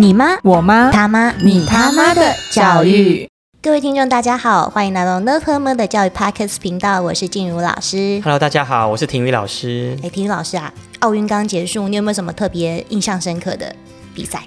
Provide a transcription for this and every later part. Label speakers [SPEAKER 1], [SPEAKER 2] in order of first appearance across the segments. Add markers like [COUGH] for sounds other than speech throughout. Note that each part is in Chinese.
[SPEAKER 1] 你妈、
[SPEAKER 2] 我妈、
[SPEAKER 1] 他妈、
[SPEAKER 2] 你他妈的教育。
[SPEAKER 1] 各位听众，大家好，欢迎来到 n e r p e m 的教育 Podcast 频道，我是静茹老师。
[SPEAKER 3] Hello，大家好，我是婷宇老师。
[SPEAKER 1] 哎，体育老师啊，奥运刚结束，你有没有什么特别印象深刻的比赛？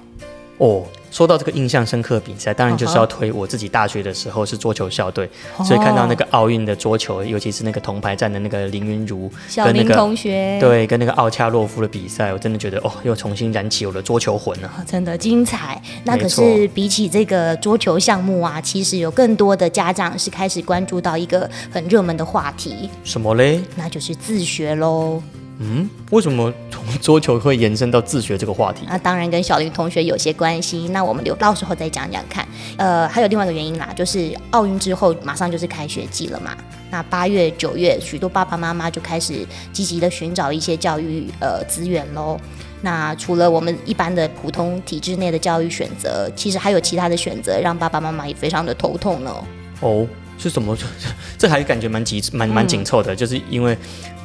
[SPEAKER 3] 哦，说到这个印象深刻比赛，当然就是要推我自己大学的时候是桌球校队所以看到那个奥运的桌球，尤其是那个铜牌战的那个林云如
[SPEAKER 1] 小
[SPEAKER 3] 跟那
[SPEAKER 1] 明
[SPEAKER 3] 个
[SPEAKER 1] 同学，
[SPEAKER 3] 对跟那个奥恰洛夫的比赛，我真的觉得哦，又重新燃起我的桌球魂啊！
[SPEAKER 1] 哦真的精彩。那
[SPEAKER 3] 没
[SPEAKER 1] 可
[SPEAKER 3] 错
[SPEAKER 1] 是比起这个桌球项目啊，其实有更多的家长是开始关注到一个很热门的话题，
[SPEAKER 3] 什么嘞？
[SPEAKER 1] 那就是自学喽。
[SPEAKER 3] 嗯，为什么从桌球会延伸到自学这个话题？
[SPEAKER 1] 那当然跟小林同学有些关系，那我们留到时候再讲讲看。呃，还有另外一个原因啦，就是奥运之后马上就是开学季了嘛，那八月、九月，许多爸爸妈妈就开始积极的寻找一些教育呃资源喽。那除了我们一般的普通体制内的教育选择，其实还有其他的选择，让爸爸妈妈也非常的头痛呢。
[SPEAKER 3] 哦，是什么？ [LAUGHS] 这还感觉蛮急、蛮蛮紧凑的，就是因为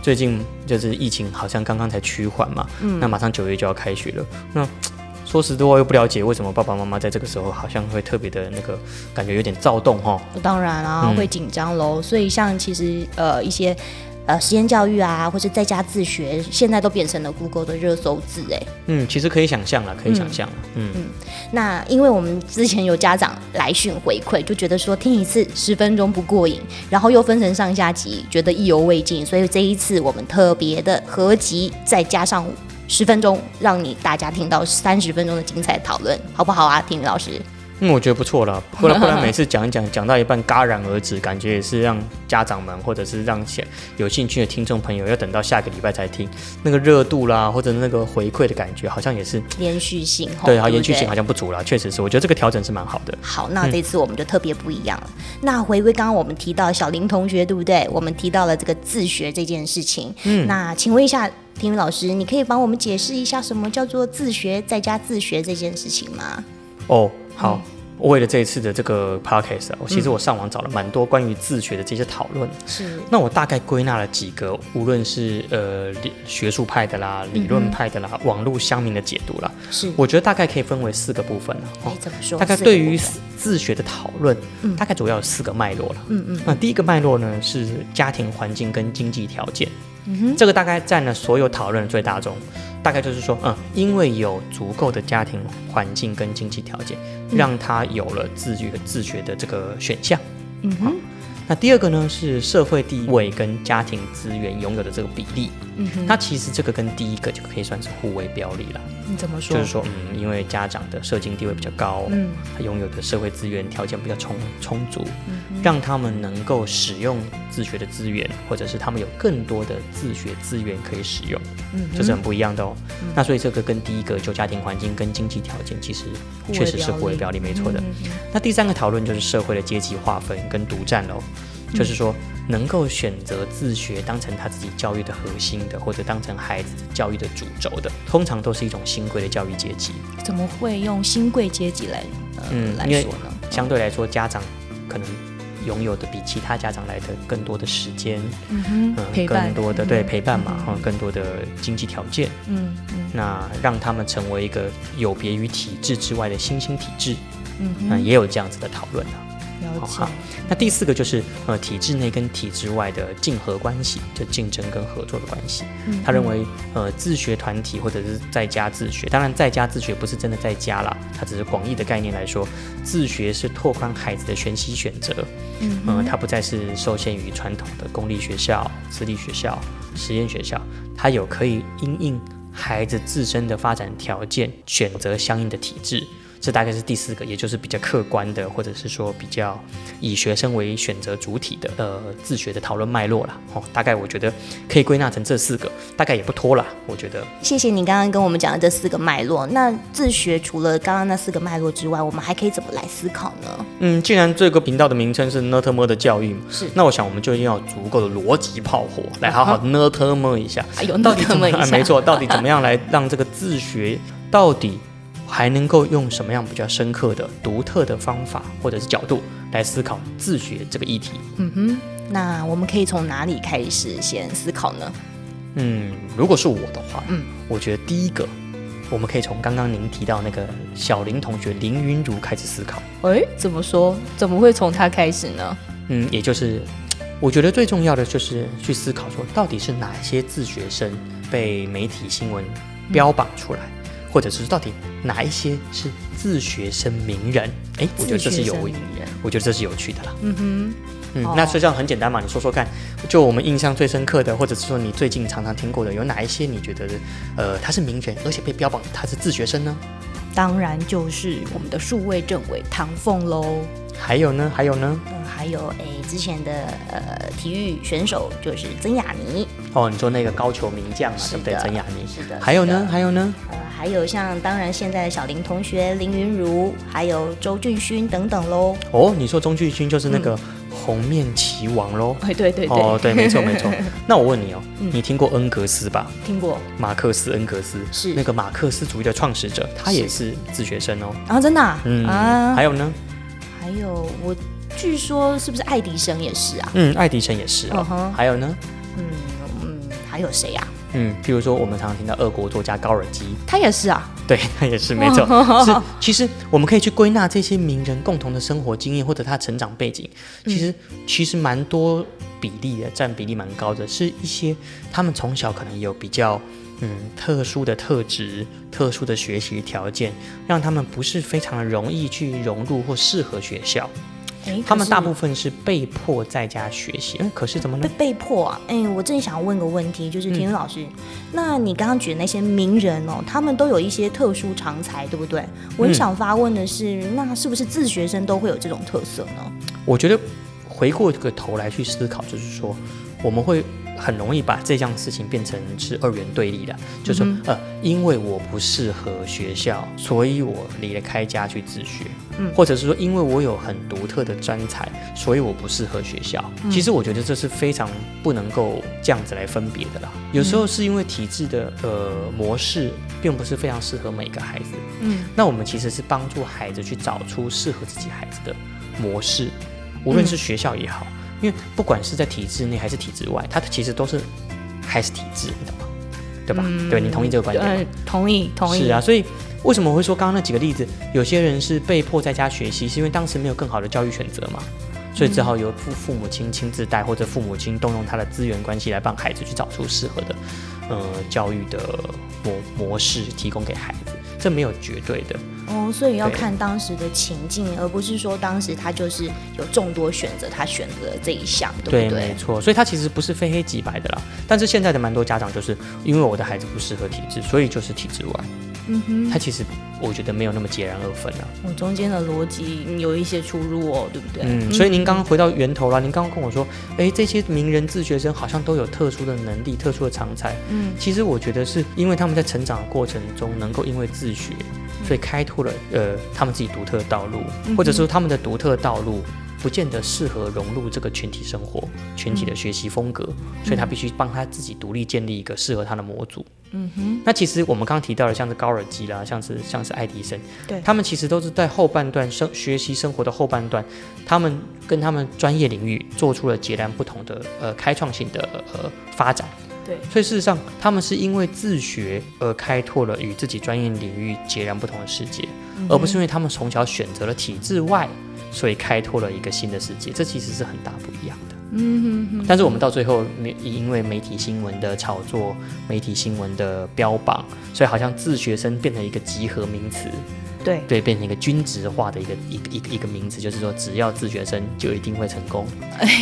[SPEAKER 3] 最近就是疫情好像刚刚才趋缓嘛，那马上九月就要开学了，那。说实话，又不了解为什么爸爸妈妈在这个时候好像会特别的那个感觉有点躁动哈。
[SPEAKER 1] 当然啊，
[SPEAKER 3] 嗯
[SPEAKER 1] 会紧张喽。所以像其实呃一些呃实验教育啊，或是在家自学，现在都变成了 Google 的热搜字哎。
[SPEAKER 3] 嗯，其实可以想象了，可以想象了。嗯，
[SPEAKER 1] 那因为我们之前有家长来讯回馈，就觉得说听一次十分钟不过瘾，然后又分成上下集，觉得意犹未尽，所以这一次我们特别的合集，再加上十分钟，让你大家听到三十分钟的精彩讨论，好不好啊，婷宇老师？
[SPEAKER 3] 嗯，我觉得不错 [LAUGHS] 了，不然不然每次讲一讲，讲到一半戛然而止，感觉也是让家长们或者是让想有兴趣的听众朋友要等到下个礼拜才听，那个热度啦或者那个回馈的感觉，好像也是
[SPEAKER 1] 连续性吼，
[SPEAKER 3] 对，
[SPEAKER 1] 好
[SPEAKER 3] 好延续性好
[SPEAKER 1] 好。
[SPEAKER 3] 像不足了，确实是，我觉得这个调整是蛮好的。
[SPEAKER 1] 好，那这次我们就特别不一样了。那回归刚刚我们提到小林同学，对不对？我们提到了这个自学这件事情。嗯，那请问一下，婷宇老师，你可以帮我们解释一下什么叫做自学在家自学这件事情吗？
[SPEAKER 3] 哦，好，为了这一次的这个 podcast，、啊、我其实我上网找了蛮多关于自学的这些讨论，
[SPEAKER 1] 是
[SPEAKER 3] 那我大概归纳了几个，无论是呃理学术派的啦、理论派的啦、网络乡民的解读啦，
[SPEAKER 1] 是，
[SPEAKER 3] 我觉得大概可以分为四个部分哦了。
[SPEAKER 1] 哎，怎么说？
[SPEAKER 3] 大概
[SPEAKER 1] 四个嗯
[SPEAKER 3] 对于
[SPEAKER 1] 部分
[SPEAKER 3] 自学的讨论，大概主要有四个脉络了。嗯嗯，那第一个脉络呢是家庭环境跟经济条件，
[SPEAKER 1] 嗯
[SPEAKER 3] 这个大概占了所有讨论的最大宗。大概就是说，嗯，因为有足够的家庭环境跟经济条件，让他有了自学自学的这个选项。啊
[SPEAKER 1] 嗯哼，
[SPEAKER 3] 那第二个呢是社会地位跟家庭资源拥有的这个比例，
[SPEAKER 1] 嗯哼，
[SPEAKER 3] 那其实这个跟第一个就可以算是互为表里了。
[SPEAKER 1] 你怎么说？
[SPEAKER 3] 就是说，嗯，因为家长的社经地位比较高，嗯，他拥有的社会资源条件比较充充足，让他们能够使用自学的资源，或者是他们有更多的自学资源可以使用，嗯，这是很不一样的哦。那所以这个跟第一个就家庭环境跟经济条件其实
[SPEAKER 1] 互为
[SPEAKER 3] 确实是
[SPEAKER 1] 表里
[SPEAKER 3] 互为表里，嗯没错的。那第三个讨论就是社会的阶级划分跟独占喽。就是说，能够选择自学当成他自己教育的核心的，或者当成孩子教育的主轴的，通常都是一种新贵的教育阶级。
[SPEAKER 1] 怎么会用新贵阶级来呃、
[SPEAKER 3] 嗯
[SPEAKER 1] 来
[SPEAKER 3] 因为
[SPEAKER 1] 说呢？
[SPEAKER 3] 相对来说，家长可能拥有的比其他家长来的更多的时间，嗯
[SPEAKER 2] 陪伴
[SPEAKER 3] 更多的
[SPEAKER 4] 嗯
[SPEAKER 3] 对陪伴嘛，哈、更多的经济条件，
[SPEAKER 1] 嗯
[SPEAKER 3] 那让他们成为一个有别于体制之外的新兴体制，嗯，也有这样子的讨论啊。
[SPEAKER 1] 嗯，了解
[SPEAKER 3] 好。那第四个就是呃体制内跟体制外的竞合关系，就竞争跟合作的关系。
[SPEAKER 1] 嗯
[SPEAKER 3] 他认为呃自学团体或者是在家自学，当然在家自学不是真的在家啦，它只是广义的概念来说，自学是拓宽孩子的学习选择。嗯、呃，它不再是受限于传统的公立学校、私立学校、实验学校，它有可以因应孩子自身的发展条件，选择相应的体制。这大概是第四个，也就是比较客观的，或者是说比较以学生为选择主体的呃自学的讨论脉络啦。哦，大概我觉得可以归纳成这四个，大概也不拖啦。我觉得
[SPEAKER 1] 谢谢你刚刚跟我们讲的这四个脉络。那自学除了刚刚那四个脉络之外，我们还可以怎么来思考呢？
[SPEAKER 3] 嗯，既然这个频道的名称是 n e r t m e r 的教育嘛，
[SPEAKER 1] 是
[SPEAKER 3] 那我想我们就一定要有足够的逻辑炮火来好好 n e r t m e r 一下，
[SPEAKER 1] 哎呦
[SPEAKER 3] [LAUGHS] 到底怎么啊
[SPEAKER 1] 那么一下
[SPEAKER 3] 没错，到底怎么 [LAUGHS] 样来让这个自学到底还能够用什么样比较深刻的、独特的方法或者是角度来思考自学这个议题？
[SPEAKER 1] 那我们可以从哪里开始先思考呢？
[SPEAKER 3] 嗯，如果是我的话，嗯，我觉得第一个我们可以从刚刚您提到那个小林同学林云如开始思考。
[SPEAKER 4] 诶，哎怎么说？怎么会从他开始呢？
[SPEAKER 3] 嗯，也就是我觉得最重要的就是去思考说，到底是哪些自学生被媒体新闻
[SPEAKER 4] 嗯
[SPEAKER 3] 标榜出来，或者是到底哪一些是自学生名人？哎，我觉得这是
[SPEAKER 4] 自
[SPEAKER 3] 有
[SPEAKER 4] 学生名人
[SPEAKER 3] 我觉得这是有趣的啦。
[SPEAKER 4] 嗯哼，
[SPEAKER 3] 嗯，
[SPEAKER 4] 哦
[SPEAKER 3] 那实际上很简单嘛，你说说看，就我们印象最深刻的，或者是说你最近常常听过的，有哪一些你觉得呃他是名人，而且被标榜他是自学生呢？
[SPEAKER 4] 当然就是我们的数位政委唐凤喽。
[SPEAKER 3] 还有呢？还有呢？
[SPEAKER 1] 嗯，还有诶之前的呃体育选手就是曾雅妮，
[SPEAKER 3] 哦，你说那个高球名将嘛，对不对？
[SPEAKER 1] 的
[SPEAKER 3] 曾雅妮。
[SPEAKER 1] 是的
[SPEAKER 3] 还有呢？
[SPEAKER 1] 是的
[SPEAKER 3] 还有呢？
[SPEAKER 1] 呃，还有像当然现在的小林同学林云如，还有周俊勋等等喽。
[SPEAKER 3] 哦，你说钟巨军就是那个红面棋王喽？
[SPEAKER 4] 哎，对对对，
[SPEAKER 3] 哦，对，没错没错。那我问你哦，你听过恩格斯吧？
[SPEAKER 4] 听过
[SPEAKER 3] 马克思恩格斯
[SPEAKER 1] 是
[SPEAKER 3] 那个马克思主义的创始者，他也是自学生哦。
[SPEAKER 1] 啊，真的、啊？
[SPEAKER 3] 嗯，
[SPEAKER 1] 啊，
[SPEAKER 3] 还有呢？
[SPEAKER 1] 还有我据说是不是爱迪生也是啊？
[SPEAKER 3] 嗯，爱迪生也是
[SPEAKER 1] 嗯
[SPEAKER 3] 哦
[SPEAKER 1] 哼。
[SPEAKER 3] 还有呢？
[SPEAKER 1] 嗯嗯，还有谁啊？
[SPEAKER 3] 嗯，譬如说我们常常听到俄国作家高尔基，
[SPEAKER 4] 他也是啊。
[SPEAKER 3] [LAUGHS] 对，那也是没错。是，其实我们可以去归纳这些名人共同的生活经验或者他成长背景，其实、其实蛮多比例的，占比例蛮高的，是一些他们从小可能有比较嗯特殊的特质、特殊的学习条件，让他们不是非常的容易去融入或适合学校。
[SPEAKER 1] 诶
[SPEAKER 3] 他们大部
[SPEAKER 1] 分
[SPEAKER 3] 分是被迫在家学习，嗯，嗯可是怎么
[SPEAKER 1] 被
[SPEAKER 3] 呢？
[SPEAKER 1] 被迫啊。哎，我正想问个问题，就是田宇老师，那你刚刚举的那些名人哦，他们都有一些特殊长才，对不对？我
[SPEAKER 3] 嗯
[SPEAKER 1] 很想发问的是，那是不是自学生都会有这种特色呢？
[SPEAKER 3] 我觉得回过个头来去思考，就是说我们会很容易把这样事情变成是二元对立的，就是说、呃，因为我不适合学校，所以我离了开家去自学，嗯，或者是说因为我有很独特的专才，所以我不适合学校。
[SPEAKER 4] 嗯
[SPEAKER 3] 其实我觉得这是非常不能够这样子来分别的啦。有
[SPEAKER 4] 嗯
[SPEAKER 3] 时候是因为体制的呃模式并不是非常适合每个孩子，
[SPEAKER 4] 嗯，
[SPEAKER 3] 那我们其实是帮助孩子去找出适合自己孩子的模式，无论是学校也
[SPEAKER 4] 嗯
[SPEAKER 3] 好，因为不管是在体制内还是体制外，它其实都是还是体制，你懂吗？对吧？对你同意这个观点吗？
[SPEAKER 4] 嗯，同意同意。
[SPEAKER 3] 是啊，，所以为什么我会说刚刚那几个例子，有些人是被迫在家学习，是因为当时没有更好的教育选择嘛，所以只好由父父母亲亲自带，或者父母亲动用他的资源关系来帮孩子去找出适合的呃教育的模模式，提供给孩子，这没有绝对的。
[SPEAKER 1] 哦，所以要
[SPEAKER 3] 对
[SPEAKER 1] 看当时的情境，而不是说当时他就是有众多选择，他选择这一项，对不
[SPEAKER 3] 没错，所以它其实不是非黑即白的啦。但是现在的蛮多家长就是因为我的孩子不适合体制，所以就是体制外。嗯哼，他其实我觉得没有那么截然而分啊。
[SPEAKER 1] 哦
[SPEAKER 4] 我中间的逻辑
[SPEAKER 1] 嗯
[SPEAKER 4] 有一些出入哦，对不对？
[SPEAKER 3] 嗯，所以您刚刚回到源头了，您刚刚跟我说，哎，这些名人自学生好像都有特殊的能力、特殊的长才。嗯，其实我觉得是因为他们在成长的过程中能够因为自学，所以开拓了呃他们自己独特的道路，或者说他们的独特道路。不见得适合融入这个群体生活、群体的学习风格，所以他必须帮他自己独立建立一个适合他的模组。嗯哼，那其实我们刚刚提到的，像是高尔基啦，像是像是爱迪生，
[SPEAKER 4] 对
[SPEAKER 3] 他们其实都是在后半段生学习生活的后半段，他们跟他们专业领域做出了截然不同的呃开创性的呃发展。
[SPEAKER 4] 对
[SPEAKER 3] 所以事实上，他们是因为自学而开拓了与自己专业领域截然不同的世界，而不是因为他们从小选择了体制外，所以开拓了一个新的世界。这其实是很大不一样的。嗯哼哼。但是我们到最后，媒因为媒体新闻的炒作、媒体新闻的标榜，所以好像自学生变成一个集合名词。
[SPEAKER 4] 对
[SPEAKER 3] 对，变成一个均值化的一个一个一个一个名词，就是说只要自学生就一定会成功。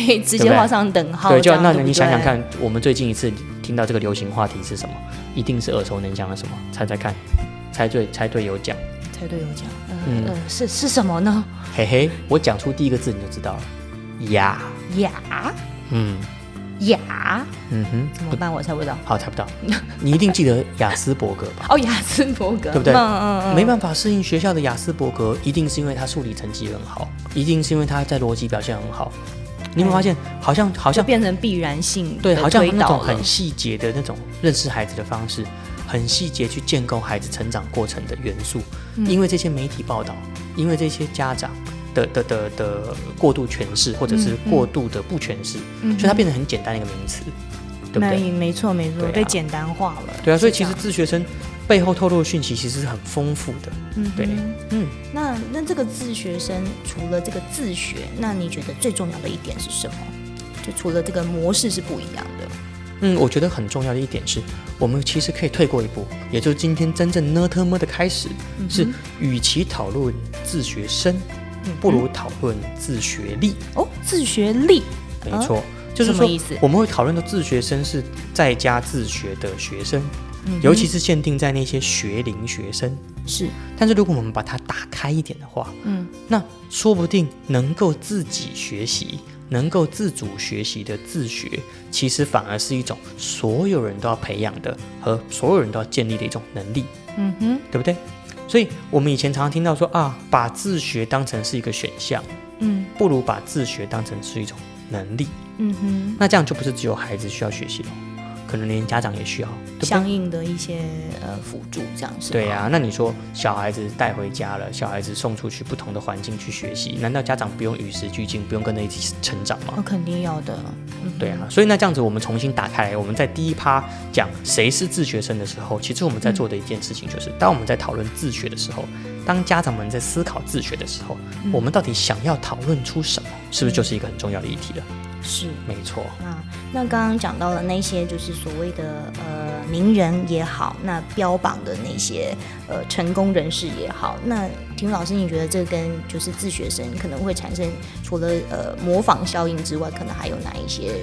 [SPEAKER 4] 对， [LAUGHS] 直接
[SPEAKER 3] 对不对
[SPEAKER 4] 画上等号。
[SPEAKER 3] 对，
[SPEAKER 4] 这
[SPEAKER 3] 就
[SPEAKER 4] 样
[SPEAKER 3] 那
[SPEAKER 4] 对不
[SPEAKER 3] 你想想
[SPEAKER 4] 对，
[SPEAKER 3] 看，我们最近一次听到这个流行话题是什么？一定是耳熟能详的什么？猜猜看，猜对猜对有奖，
[SPEAKER 4] 猜对有奖。
[SPEAKER 3] 嗯
[SPEAKER 4] 嗯呃，是是什么呢？
[SPEAKER 3] 嘿嘿，我讲出第一个字你就知道了，呀，
[SPEAKER 4] 雅
[SPEAKER 3] 嗯
[SPEAKER 4] 雅，
[SPEAKER 3] 嗯哼，
[SPEAKER 4] 怎么办？我猜不到。
[SPEAKER 3] 好猜不到，你一定记得雅斯伯格吧？
[SPEAKER 4] 哦，雅斯伯格，
[SPEAKER 3] 对不对？
[SPEAKER 4] 嗯嗯嗯，
[SPEAKER 3] 没办法适应学校的雅斯伯格，一定是因为他数理成绩很好，一定是因为他在逻辑表现很好。你有没有发现，好像好
[SPEAKER 4] 就
[SPEAKER 3] 像
[SPEAKER 4] 变成必然性的
[SPEAKER 3] 对，好像
[SPEAKER 4] 推
[SPEAKER 3] 那
[SPEAKER 4] 导
[SPEAKER 3] 种
[SPEAKER 4] 了
[SPEAKER 3] 很细节的那种认识孩子的方式，很细节去建构孩子成长过程的元素，
[SPEAKER 4] 嗯
[SPEAKER 3] 因为这些媒体报道，因为这些家长的的的的过度诠释，或者
[SPEAKER 4] 嗯
[SPEAKER 3] 是过度的不诠释，所以它变得很简单的一个名词，对不对？
[SPEAKER 4] 没没错没错，
[SPEAKER 3] 对啊
[SPEAKER 4] 被简单化了。
[SPEAKER 3] 对啊，所以其实
[SPEAKER 4] 是
[SPEAKER 3] 自学生背后透露的讯息其实是很丰富的。
[SPEAKER 1] 嗯，
[SPEAKER 3] 对，嗯。
[SPEAKER 1] 那那这个自学生除了这个自学，那你觉得最重要的一点是什么？就除了这个模式是不一样的，
[SPEAKER 3] 嗯，我觉得很重要的一点是，我们其实可以退过一步，也就是今天真正呢特么的开始，
[SPEAKER 4] 嗯
[SPEAKER 3] 是与其讨论自学生，
[SPEAKER 4] 嗯
[SPEAKER 3] 不如讨论自学力。
[SPEAKER 1] 哦，自学力，
[SPEAKER 3] 没错，就是
[SPEAKER 4] 啊什
[SPEAKER 3] 说
[SPEAKER 4] 么意思
[SPEAKER 3] 我们会讨论到自学生是在家自学的学生，
[SPEAKER 4] 嗯
[SPEAKER 3] 尤其是限定在那些学龄学生。
[SPEAKER 1] 是
[SPEAKER 3] 但是如果我们把它打开一点的话，
[SPEAKER 1] 嗯，
[SPEAKER 3] 那说不定能够自己学习、能够自主学习的自学，其实反而是一种所有人都要培养的和所有人都要建立的一种能力，
[SPEAKER 1] 嗯哼，
[SPEAKER 3] 对不对？所以我们以前常常听到说啊，把自学当成是一个选项，
[SPEAKER 1] 嗯
[SPEAKER 3] 不如把自学当成是一种能力。
[SPEAKER 1] 嗯哼，
[SPEAKER 3] 那这样就不是只有孩子需要学习了，可能连家长也需要，对不对？
[SPEAKER 1] 相应的一些呃辅助，这样是吗
[SPEAKER 3] 对呀、那你说小孩子带回家了，小孩子送出去不同的环境去学习，难道家长不用与时俱进，不用跟着一起成长吗？
[SPEAKER 4] 哦
[SPEAKER 1] 那肯定要的，
[SPEAKER 3] 对啊，所以那这样子，我们重新打开来，我们在第一趴讲谁是自学生的时候，其实我们在做的一件事情
[SPEAKER 1] 嗯
[SPEAKER 3] 就是，当我们在讨论自学的时候，当家长们在思考自学的时候，
[SPEAKER 1] 嗯
[SPEAKER 3] 我们到底想要讨论出什么，是不是就是一个很重要的议题了？
[SPEAKER 1] 是。
[SPEAKER 3] 没错，
[SPEAKER 1] 啊，那刚刚讲到了那些就是所谓的呃名人也好，那标榜的那些呃成功人士也好，那体育老师，你觉得这跟就是自学生可能会产生除了呃模仿效应之外，可能还有哪一些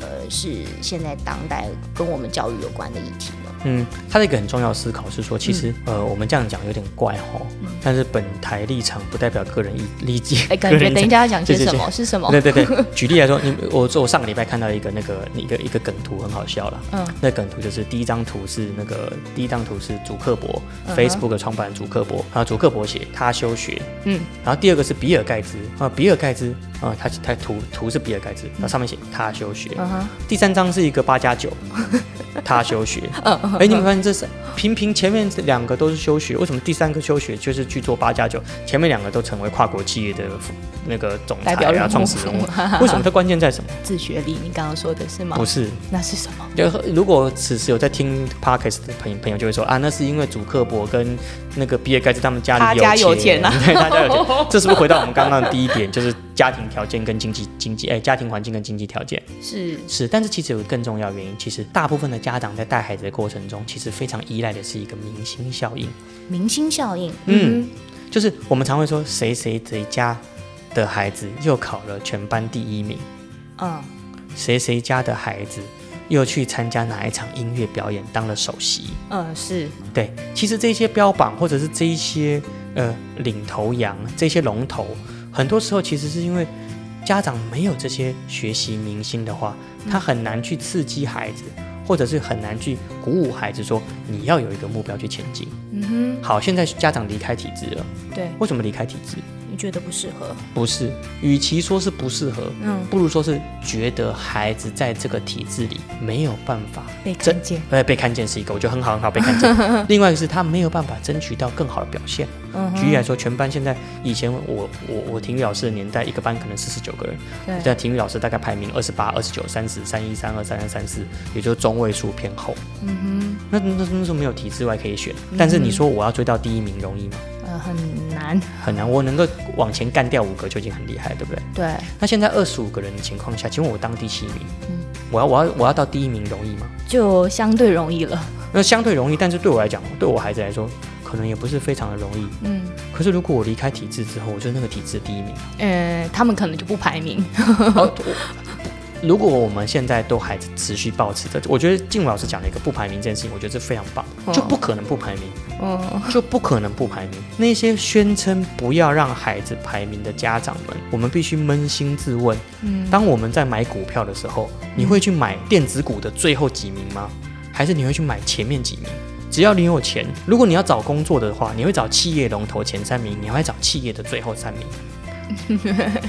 [SPEAKER 1] 呃是现在当代跟我们教育有关的议题呢？
[SPEAKER 3] 嗯，他的一个很重要的思考是说，其实、
[SPEAKER 1] 嗯
[SPEAKER 3] 呃，我们这样讲有点怪哈，但是本台立场不代表个人意理解。
[SPEAKER 1] 哎，
[SPEAKER 3] 个
[SPEAKER 1] 感觉
[SPEAKER 3] 人
[SPEAKER 1] 等一
[SPEAKER 3] 立
[SPEAKER 1] 下要讲些
[SPEAKER 3] [LAUGHS] 对对
[SPEAKER 1] 什
[SPEAKER 3] 对
[SPEAKER 1] 么是什么？
[SPEAKER 3] 对对对， [LAUGHS] 举例来说，你我我上个礼拜看到一个那个一个一个梗图，很好笑了。
[SPEAKER 1] 嗯，
[SPEAKER 3] 那梗图就是第一张图是那个第一张图是祖克伯、
[SPEAKER 1] 嗯哼
[SPEAKER 3] f a c e b o o k 的创办人祖克伯，然后祖克伯写他休学，
[SPEAKER 1] 嗯，
[SPEAKER 3] 然后第二个是比尔盖茨啊，比尔盖茨啊，他他图图是比尔盖茨，然后上面写他休学，
[SPEAKER 1] 嗯哼，
[SPEAKER 3] 第三张是一个八加九，他休学。
[SPEAKER 4] 嗯
[SPEAKER 3] 哎，你们发现这是平平前面两个都是休学，为什么第三个休学就是去做八加九？前面两个都成为跨国企业的那个总裁
[SPEAKER 1] 代表人
[SPEAKER 4] [LAUGHS]
[SPEAKER 3] 啊、
[SPEAKER 1] 物
[SPEAKER 3] 创始人物，为什么？它关键在什么？
[SPEAKER 4] 自学力，你刚刚说的是吗
[SPEAKER 3] 不？是，
[SPEAKER 4] 那是什么？
[SPEAKER 3] 就如果此时有在听 podcast 的朋友朋友就会说啊，那是因为祖克伯跟那个比尔盖茨他们家里
[SPEAKER 4] 他家有
[SPEAKER 3] 钱
[SPEAKER 4] 钱啊
[SPEAKER 3] [LAUGHS] 对，他家有钱。这是不是回到我们刚刚的第一点，就是家庭条件跟经济经济哎家庭环境跟经济条件？
[SPEAKER 4] 是
[SPEAKER 3] 是，但是其实有更重要原因，其实大部分的家长在带孩子的过程中，其实非常依赖的是一个明星效应。
[SPEAKER 1] 明星效应，
[SPEAKER 3] 嗯，就是我们常会说谁谁谁家的孩子又考了全班第一名，
[SPEAKER 1] 嗯，
[SPEAKER 3] 谁谁家的孩子又去参加哪一场音乐表演当了首席。
[SPEAKER 4] 嗯，是
[SPEAKER 3] 对，其实这些标榜或者是这一些呃领头羊、这些龙头，很多时候其实是因为家长没有这些学习明星的话，他很难去刺激孩子，或者是很难去鼓舞孩子说你要有一个目标去前进。嗯哼。好，现在家长离开体制了，
[SPEAKER 1] 对，
[SPEAKER 3] 为什么离开体制？
[SPEAKER 1] 你觉得不适合，
[SPEAKER 3] 不是，与其说是不适合，
[SPEAKER 1] 嗯
[SPEAKER 3] 不如说是觉得孩子在这个体制里没有办法
[SPEAKER 4] 被
[SPEAKER 3] 这
[SPEAKER 4] 看见，
[SPEAKER 3] 呃，被看见是一个，我觉得很好很好被看见。 [LAUGHS] 另外一个是他没有办法争取到更好的表现。举例来说，全班现在以前我我我体育老师的年代，一个班可能四十九个人，现在体育老师大概排名二十八、二十九、三十、三一、三二、三三、三四，也就是中位数偏后。嗯哼，那嗯那那时候没有体制外可以选，但是你说我要追到第一名容易吗？
[SPEAKER 1] 呃，很难，
[SPEAKER 3] 很难，我能够往前干掉五个就已经很厉害，对不对？
[SPEAKER 1] 对，
[SPEAKER 3] 那现在二十五个人的情况下，请问我当第七名，我要我要我要到第一名容易吗？
[SPEAKER 4] 就相对容易了。
[SPEAKER 3] 那相对容易，但是对我来讲，对我孩子来说，可能也不是非常的容易。
[SPEAKER 4] 嗯
[SPEAKER 3] 可是如果我离开体制之后，我就是那个体制的第一名。
[SPEAKER 4] 呃，他们可能就不排名。 [LAUGHS]
[SPEAKER 3] 哦我如果我们现在都还持续保持着，我觉得静茹老师讲了一个不排名这件事情，我觉得是非常棒，就不可能不排名，
[SPEAKER 4] 嗯，
[SPEAKER 3] 就不可能不排名。那些宣称不要让孩子排名的家长们，我们必须扪心自问：当我们在买股票的时候，你会去买电子股的最后几名吗？还是你会去买前面几名？只要你有钱，如果你要找工作的话，你会找企业龙头前三名，你还会找企业的最后三名。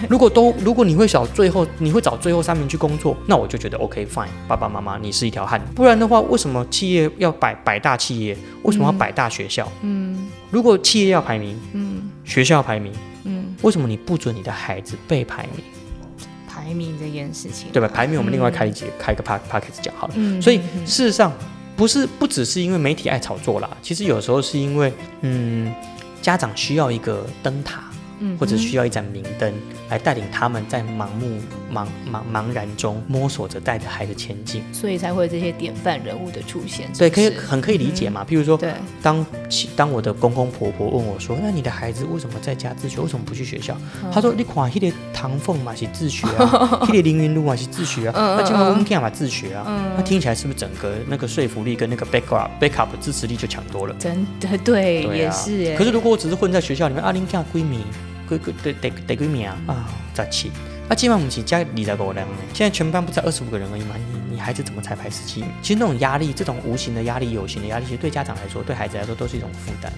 [SPEAKER 3] 如果都，如果你会找最后，你会找最后三名去工作，那我就觉得 OK fine。爸爸妈妈，你是一条汉子。不然的话，为什么企业要摆百大企业？为什么要百大学校？嗯，如果企业要排名，嗯，学校要排名，嗯，为什么你不准你的孩子被排名？
[SPEAKER 4] 排名这件事情，
[SPEAKER 3] 嗯
[SPEAKER 4] 嗯
[SPEAKER 3] 对吧？排名我们另外开一节、开一个 p a c k p a c k e t 讲好了。所以事实上，不是不只是因为媒体爱炒作啦，其实有时候是因为嗯，家长需要一个灯塔，
[SPEAKER 4] 嗯
[SPEAKER 3] 或者需要一盏明灯来带领他们在盲目茫茫茫然中摸索着带着孩子前进。
[SPEAKER 4] 所以才会有这些典范人物的出现。是
[SPEAKER 3] 对，
[SPEAKER 4] 不
[SPEAKER 3] 可以
[SPEAKER 4] 是嗯
[SPEAKER 3] 很可以理解嘛。譬如说，
[SPEAKER 4] 对，
[SPEAKER 3] 当其当我的公公婆婆问我说：“那你的孩子为什么在家自学？为什么不去学校？”
[SPEAKER 4] 嗯
[SPEAKER 3] 他说：“你看，迄个唐凤嘛是自学啊，迄个凌云路嘛是自学啊，那金毛公天嘛自学啊。”那听起来是不是整个那个说服力跟那个 backup backup 支持力就强多了？
[SPEAKER 4] 真的对，
[SPEAKER 3] 对
[SPEAKER 4] 也
[SPEAKER 3] 啊
[SPEAKER 4] 是耶。
[SPEAKER 3] 可是如果我只是混在学校里面，啊，恁囝几米，几几得得得几米啊？啊，十七。啊，基本上我们只加二十五人呢，现在全班不才二十五个人而已嘛，你你孩子怎么才排十七名？其实那种压力，这种无形的压力、有形的压力，其实对家长来说，对孩子来说都是一种负担。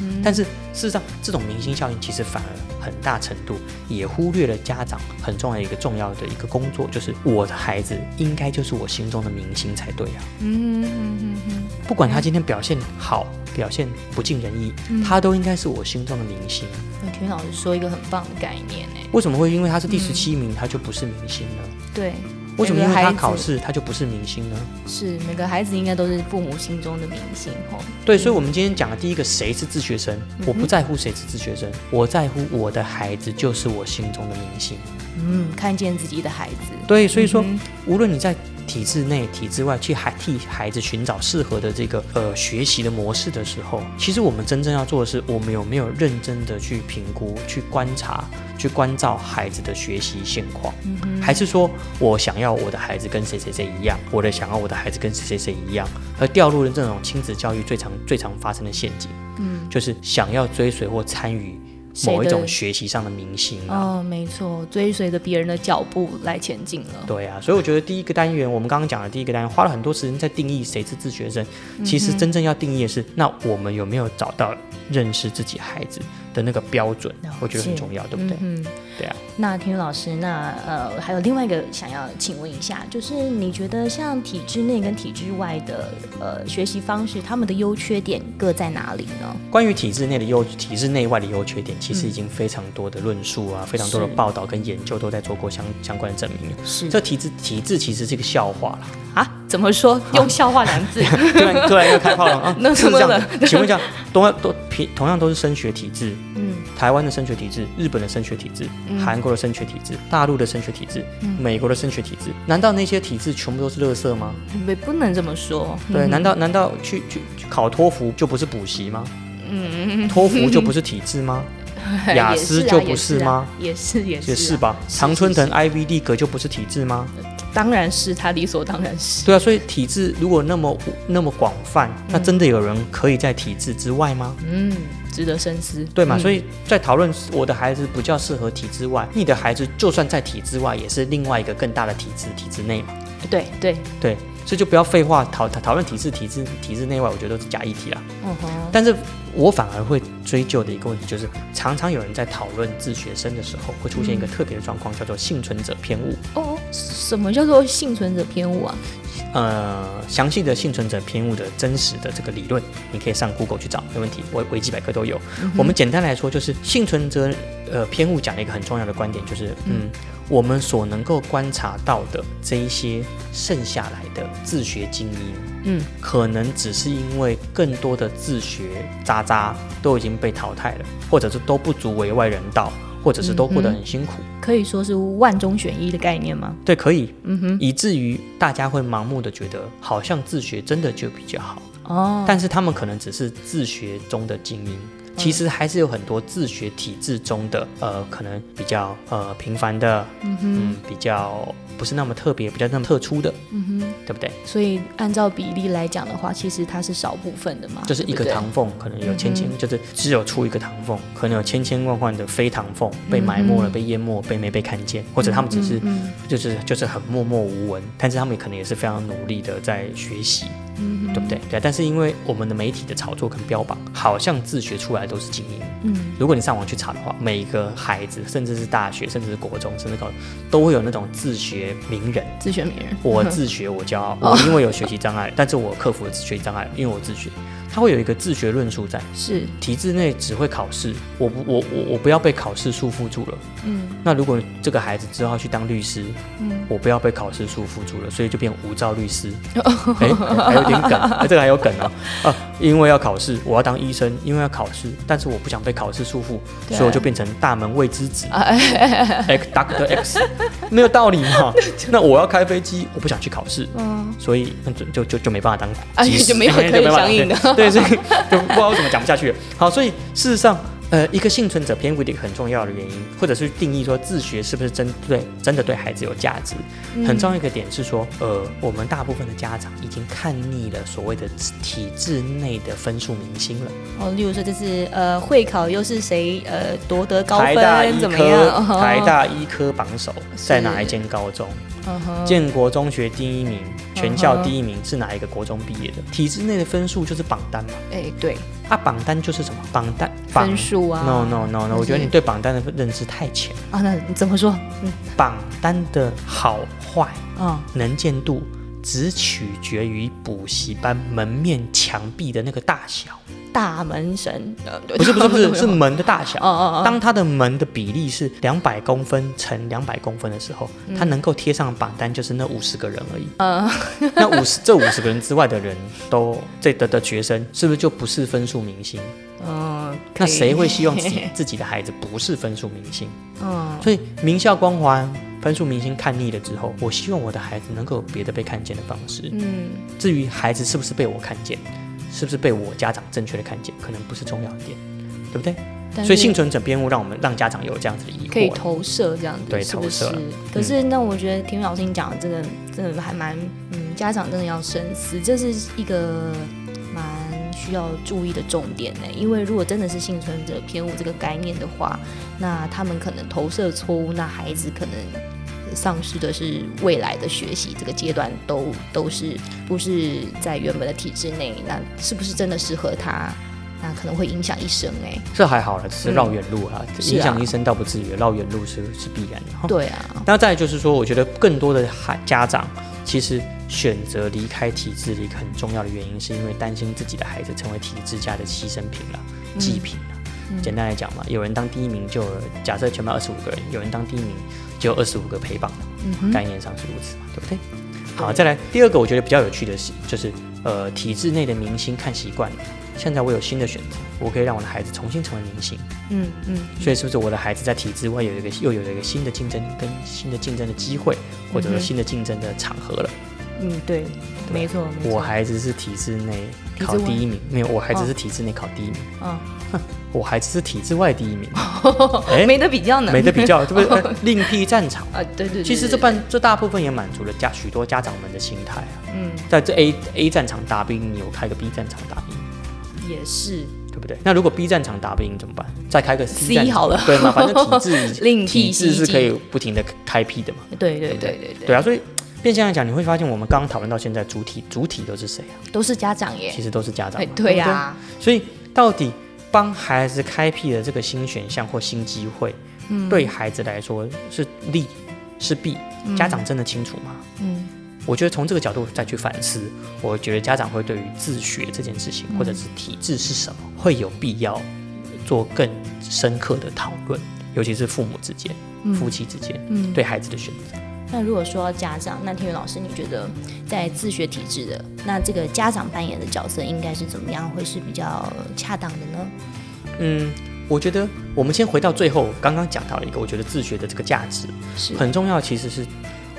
[SPEAKER 4] 嗯
[SPEAKER 3] 但是事实上，这种明星效应其实反而很大程度也忽略了家长很重要的一个重要的一个工作，就是我的孩子应该就是我心中的明星才对啊。
[SPEAKER 4] 嗯嗯嗯嗯
[SPEAKER 3] 不管他今天表现好，表现不尽人意，他都应该是我心中的明星。
[SPEAKER 4] 嗯，我听老师说一个很棒的概念欸诶，
[SPEAKER 3] 为什么会因为他是第十七名，他就不是明星呢？
[SPEAKER 4] 对，
[SPEAKER 3] 为什
[SPEAKER 4] 嗯
[SPEAKER 3] 么
[SPEAKER 4] 每个
[SPEAKER 3] 因为
[SPEAKER 4] 孩
[SPEAKER 3] 他
[SPEAKER 4] 子
[SPEAKER 3] 考试，他就不是明星呢？
[SPEAKER 4] 是每个孩子应该都是父母心中的明星吼。
[SPEAKER 3] 对，所以，我们今天讲的第一个，谁是自学生？
[SPEAKER 4] 嗯
[SPEAKER 3] 我不在乎谁是自学生，我在乎我的孩子就是我心中的明星。
[SPEAKER 4] 嗯，看见自己的孩子，
[SPEAKER 3] 对，所以说，
[SPEAKER 4] 嗯
[SPEAKER 3] 无论你在体制内、体制外去孩替孩子寻找适合的这个呃学习的模式的时候，其实我们真正要做的是，我们有没有认真的去评估、去观察、去关照孩子的学习现况，
[SPEAKER 4] 嗯
[SPEAKER 3] 还是说我想要我的孩子跟谁谁谁一样，我的想要我的孩子跟谁谁谁一样，而掉入了这种亲子教育最常最常发生的陷阱，嗯，就是想要追随或参与
[SPEAKER 4] 谁
[SPEAKER 3] 某一
[SPEAKER 4] 的
[SPEAKER 3] 种学习上的明星啊，
[SPEAKER 4] 哦，没错，追随着别人的脚步来前进了。
[SPEAKER 3] 对啊，所以我觉得第一个单元，我们刚刚讲的第一个单元，花了很多时间在定义谁是自学生。
[SPEAKER 4] 嗯
[SPEAKER 3] 其实真正要定义的是，那我们有没有找到认识自己孩子的那个标准
[SPEAKER 4] 了解？
[SPEAKER 3] 我觉得很重要，对不对？
[SPEAKER 4] 嗯，
[SPEAKER 3] 对啊。
[SPEAKER 1] 那田宇老师，那呃，还有另外一个想要请问一下，就是你觉得像体制内跟体制外的呃学习方式，他们的优缺点各在哪里呢？
[SPEAKER 3] 关于体制内的优、体制内外的优缺点，
[SPEAKER 4] 嗯
[SPEAKER 3] 其实已经非常多的论述啊，非常多的
[SPEAKER 1] 是
[SPEAKER 3] 报道跟研究都在做过相相关的证明了。
[SPEAKER 1] 是
[SPEAKER 3] 这体制体制其实是一个笑话啦，
[SPEAKER 4] 啊，怎么说？用笑话两 [LAUGHS] 字，
[SPEAKER 3] 突然突然又开炮了 [LAUGHS] 啊！
[SPEAKER 4] 那
[SPEAKER 3] 是不是这样
[SPEAKER 4] 怎么
[SPEAKER 3] 的？请问一下，同样都平同样都是升学体制，嗯，台湾的升学体制、日本的升学体制、韩国的升学体制、大陆的升学体制、美国的升学体制，难道那些体制全部都是垃圾吗？
[SPEAKER 4] 也不能这么 [LAUGHS] 说。
[SPEAKER 3] 对，难道难道去去去考托福就不是补习吗？嗯，托福就不是体制 [LAUGHS] 吗？雅思就不是吗？
[SPEAKER 4] 啊也是也是
[SPEAKER 3] 也
[SPEAKER 4] 啊
[SPEAKER 3] 是？吧？常春藤 IV 地格就不是体制吗？
[SPEAKER 4] 当然是，他理所当然是。
[SPEAKER 3] 对啊，所以体制如果那么那么广泛，那真的有人可以在体制之外吗？
[SPEAKER 4] 嗯， [LAUGHS] 值得深思。
[SPEAKER 3] 对嘛？
[SPEAKER 4] 嗯
[SPEAKER 3] 所以在讨论我的孩子不叫适合体制外，你的孩子就算在体制外，也是另外一个更大的体制体制内嘛。
[SPEAKER 4] 对对，
[SPEAKER 3] 对，所以就不要废话讨讨讨论体制体制体制内外，我觉得都是假议题啦。
[SPEAKER 4] 嗯哼，
[SPEAKER 3] 但是我反而会追究的一个问题，就是常常有人在讨论自学生的时候，会出现一个特别的状况，叫做幸存者偏误。
[SPEAKER 4] 哦，什么叫做幸存者偏误啊？
[SPEAKER 3] 呃，详细的幸存者偏误的真实的这个理论，你可以上 Google 去找，没问题，维维基百科都有。我们简单来说，就是幸存者呃偏误讲了一个很重要的观点，就是嗯，我们所能够观察到的这一些剩下来的自学精英，
[SPEAKER 4] 嗯，
[SPEAKER 3] 可能只是因为更多的自学渣渣都已经被淘汰了，或者是都不足为外人道，或者是都过得很辛苦。
[SPEAKER 4] 可以说是万中选一的概念吗？
[SPEAKER 3] 对，可以，嗯哼，以至于大家会盲目的觉得好像自学真的就比较好，
[SPEAKER 4] 哦，
[SPEAKER 3] 但是他们可能只是自学中的精英，其实还是有很多自学体制中的呃，可能比较呃平凡的，嗯比较不是那么特别，比较那么特殊的，嗯哼，对不对？
[SPEAKER 4] 所以按照比例来讲的话，其实它是少部分的嘛，
[SPEAKER 3] 就是一个
[SPEAKER 4] 啊对不对嗯
[SPEAKER 3] 唐凤，可能有千千，就是只有出一个唐凤，可能有千千万万的非唐凤被埋没了、被淹没、被没被看
[SPEAKER 4] 嗯
[SPEAKER 3] 见，或者他们只是就是就是很默默无闻，但是他们可能也是非常努力的在学习，
[SPEAKER 4] 嗯
[SPEAKER 3] 对不对？对啊，但是因为我们的媒体的炒作跟标榜，好像自学出来都是精英。嗯，如果你上网去查的话，每一个孩子，甚至是大学，甚至是国中，甚至高中，都会有那种自学名人。
[SPEAKER 4] 自选名人。 [LAUGHS] 哦
[SPEAKER 3] 我自学，我骄傲。我因为有学习障碍，但是我克服了学习障碍，因为我自学。它会有一个自学论述在。
[SPEAKER 4] 是，
[SPEAKER 3] 体制内只会考试，我不我我我不要被考试束缚住了。
[SPEAKER 4] 嗯
[SPEAKER 3] 那如果这个孩子之后去当律师，
[SPEAKER 4] 嗯，
[SPEAKER 3] 我不要被考试束缚住了，所以就变无照
[SPEAKER 4] [LAUGHS]
[SPEAKER 3] 律师。哎、还有点梗，哎这个还有梗哦。啊，因为要考试，我要当医生，因为要考试，但是我不想被考试束缚，
[SPEAKER 4] 对
[SPEAKER 3] 所以我就变成大门未知子啊，X [LAUGHS] Doctor X，没有道理
[SPEAKER 4] [LAUGHS]
[SPEAKER 3] 嘛。那我要开飞机，我不想去考试，
[SPEAKER 4] 嗯，
[SPEAKER 3] 所以那就就就就没办法
[SPEAKER 4] 啊 [LAUGHS]
[SPEAKER 3] 当机师，
[SPEAKER 4] 就没有
[SPEAKER 3] [LAUGHS] 就
[SPEAKER 4] 可以
[SPEAKER 3] 办法
[SPEAKER 4] 相应的
[SPEAKER 3] 对，对所以 [LAUGHS] 就不知道为什么讲不下去了。好，所以事实上，呃，一个幸存者偏误的一个很重要的原因，或者是定义说自学是不是针对真的对孩子有价值，
[SPEAKER 4] 嗯
[SPEAKER 3] 很重要一个点是说，呃，我们大部分的家长已经看腻了所谓的体制内的分数明星了，
[SPEAKER 4] 哦，例如说这是呃会考又是谁呃夺得高
[SPEAKER 3] 台大
[SPEAKER 4] 分
[SPEAKER 3] 医
[SPEAKER 4] 怎么
[SPEAKER 3] 科
[SPEAKER 4] 样？哦
[SPEAKER 3] [LAUGHS] 台，大医科榜首在
[SPEAKER 4] [LAUGHS]
[SPEAKER 3] 哪一
[SPEAKER 4] 是
[SPEAKER 3] 间高中？
[SPEAKER 4] 嗯哼
[SPEAKER 3] 建国中学第一名，全
[SPEAKER 4] 嗯
[SPEAKER 3] 校
[SPEAKER 4] 哼
[SPEAKER 3] 第一名是哪一个国中毕业的？
[SPEAKER 4] 嗯
[SPEAKER 3] 体制内的分数就是榜单嘛。
[SPEAKER 4] 哎对，
[SPEAKER 3] 啊，榜单就是什么？榜单榜
[SPEAKER 4] 分数啊
[SPEAKER 3] No No No
[SPEAKER 4] 就
[SPEAKER 3] No，
[SPEAKER 4] 是
[SPEAKER 3] 我觉得你对榜单的认知太浅。
[SPEAKER 4] 啊那你怎么说？嗯
[SPEAKER 3] 榜单的好坏、
[SPEAKER 1] 哦
[SPEAKER 4] 啊
[SPEAKER 3] 能见度，只取决于补习班门面墙壁的那个大小，
[SPEAKER 4] 大门神，呃对
[SPEAKER 3] 不是不是不是，是门的大小。
[SPEAKER 4] 哦哦哦，
[SPEAKER 3] 当它的门的比例是两百公分乘两百公分的时候，
[SPEAKER 4] 嗯
[SPEAKER 3] 它能够贴上榜单就是那五十个人而已。
[SPEAKER 4] 嗯
[SPEAKER 3] [LAUGHS] 那五十这五十个人之外的人都这的的学生，是不是就不是分数明星？
[SPEAKER 4] 嗯，
[SPEAKER 3] 那
[SPEAKER 4] 可以
[SPEAKER 3] 谁会希望自己自己的孩子不是分数明星？
[SPEAKER 4] 嗯
[SPEAKER 3] 所以名校光环、分数明星看腻了之后，我希望我的孩子能够有别的被看见的方式。
[SPEAKER 4] 嗯
[SPEAKER 3] 至于孩子是不是被我看见，是不是被我家长正确的看见，可能不是重要的点，对不对？
[SPEAKER 4] 但
[SPEAKER 3] 所以
[SPEAKER 4] 是
[SPEAKER 3] 幸存者偏误让我们让家长有这样子的疑惑。
[SPEAKER 4] 可以投射这样子，
[SPEAKER 3] 对
[SPEAKER 4] 是不是
[SPEAKER 3] 投射嗯
[SPEAKER 1] 可是，那我觉得田雨老师你讲的真的真的还蛮，嗯，家长真的要深思，这是一个蛮需要注意的重点呢。因为如果真的是幸存者偏误这个概念的话，那他们可能投射错误，那孩子可能丧失的是未来的学习这个阶段都都是不是在原本的体制内，那是不是真的适合他？那可能会影响一生哎。
[SPEAKER 3] 这还好了，只是绕远路啊，
[SPEAKER 1] 是啊
[SPEAKER 3] 影响一生倒不至于，绕远路是是必然的。哈
[SPEAKER 1] 对啊，
[SPEAKER 3] 那再来就是说，我觉得更多的孩家长其实选择离开体制的一个很重要的原因，是因为担心自己的孩子成为体制下的牺牲品了、祭品了。简单来讲嘛，有人当第一名就有假设全班二十五个人，有人当第一名就有二十五个陪榜了，概念上是如此嘛，对不对？好，再来第二个，我觉得比较有趣的是，就是呃，体制内的明星看习惯了，现在我有新的选择，我可以让我的孩子重新成为明星。
[SPEAKER 1] 嗯嗯，
[SPEAKER 3] 所以是不是我的孩子在体制外有一个又有一个新的竞争跟新的竞争的机会，或者说新的竞争的场合了？
[SPEAKER 4] 嗯对，没错没
[SPEAKER 3] 我
[SPEAKER 4] 错，
[SPEAKER 3] 孩子是体制内
[SPEAKER 4] 体制
[SPEAKER 3] 考
[SPEAKER 4] 外哦
[SPEAKER 3] 第一名，没有，我孩子是体制内考第一名，
[SPEAKER 4] 嗯
[SPEAKER 3] 我孩子是体制外第一名，哎
[SPEAKER 4] 哦 [LAUGHS] 没得比较呢，
[SPEAKER 3] 没得比较，对不对？呃另辟战场。
[SPEAKER 4] [LAUGHS] 啊对对对，
[SPEAKER 3] 其实这
[SPEAKER 4] 对
[SPEAKER 3] 半这大部分也满足了家许多家长们的心态啊，
[SPEAKER 4] 嗯
[SPEAKER 3] 在这 A A 战场打不赢你，我开个 B 战场打不赢。
[SPEAKER 4] 也是
[SPEAKER 3] 对不对？那如果 B 战场打不赢怎么办？再开个 C
[SPEAKER 4] C
[SPEAKER 3] 战场
[SPEAKER 4] 好了
[SPEAKER 3] 对嘛？反正体
[SPEAKER 4] [LAUGHS]
[SPEAKER 3] 制
[SPEAKER 4] 另辟
[SPEAKER 3] 体制
[SPEAKER 4] 蹊
[SPEAKER 3] 是
[SPEAKER 4] 径
[SPEAKER 3] 可以不停的开辟的嘛。
[SPEAKER 1] 对
[SPEAKER 3] 对
[SPEAKER 1] 对
[SPEAKER 3] 不
[SPEAKER 1] 对
[SPEAKER 3] 对
[SPEAKER 1] 对对，
[SPEAKER 3] 对啊，所以变相来讲，你会发现我们刚刚讨论到现在，主体主体都是谁啊？
[SPEAKER 1] 都是家长耶。
[SPEAKER 3] 其实都是家长
[SPEAKER 1] 哎
[SPEAKER 3] 嘛。，
[SPEAKER 1] 对呀、
[SPEAKER 4] 啊
[SPEAKER 3] 不对。所以到底帮孩子开辟了这个新选项或新机会，对孩子来说是利是弊，家长真的清楚吗？
[SPEAKER 1] 嗯
[SPEAKER 3] 我觉得从这个角度再去反思，我觉得家长会对于自学这件事情，或者是体制是什么，会有必要做更深刻的讨论，尤其是父母之间、夫妻之间、对孩子的选择。
[SPEAKER 1] 那如果说到家长，那天宇老师，你觉得在自学体制的那这个家长扮演的角色应该是怎么样，会是比较恰当的呢？
[SPEAKER 3] 嗯，我觉得我们先回到最后，刚刚讲到了一个，我觉得自学的这个价值
[SPEAKER 1] 是
[SPEAKER 3] 很重要。其实是，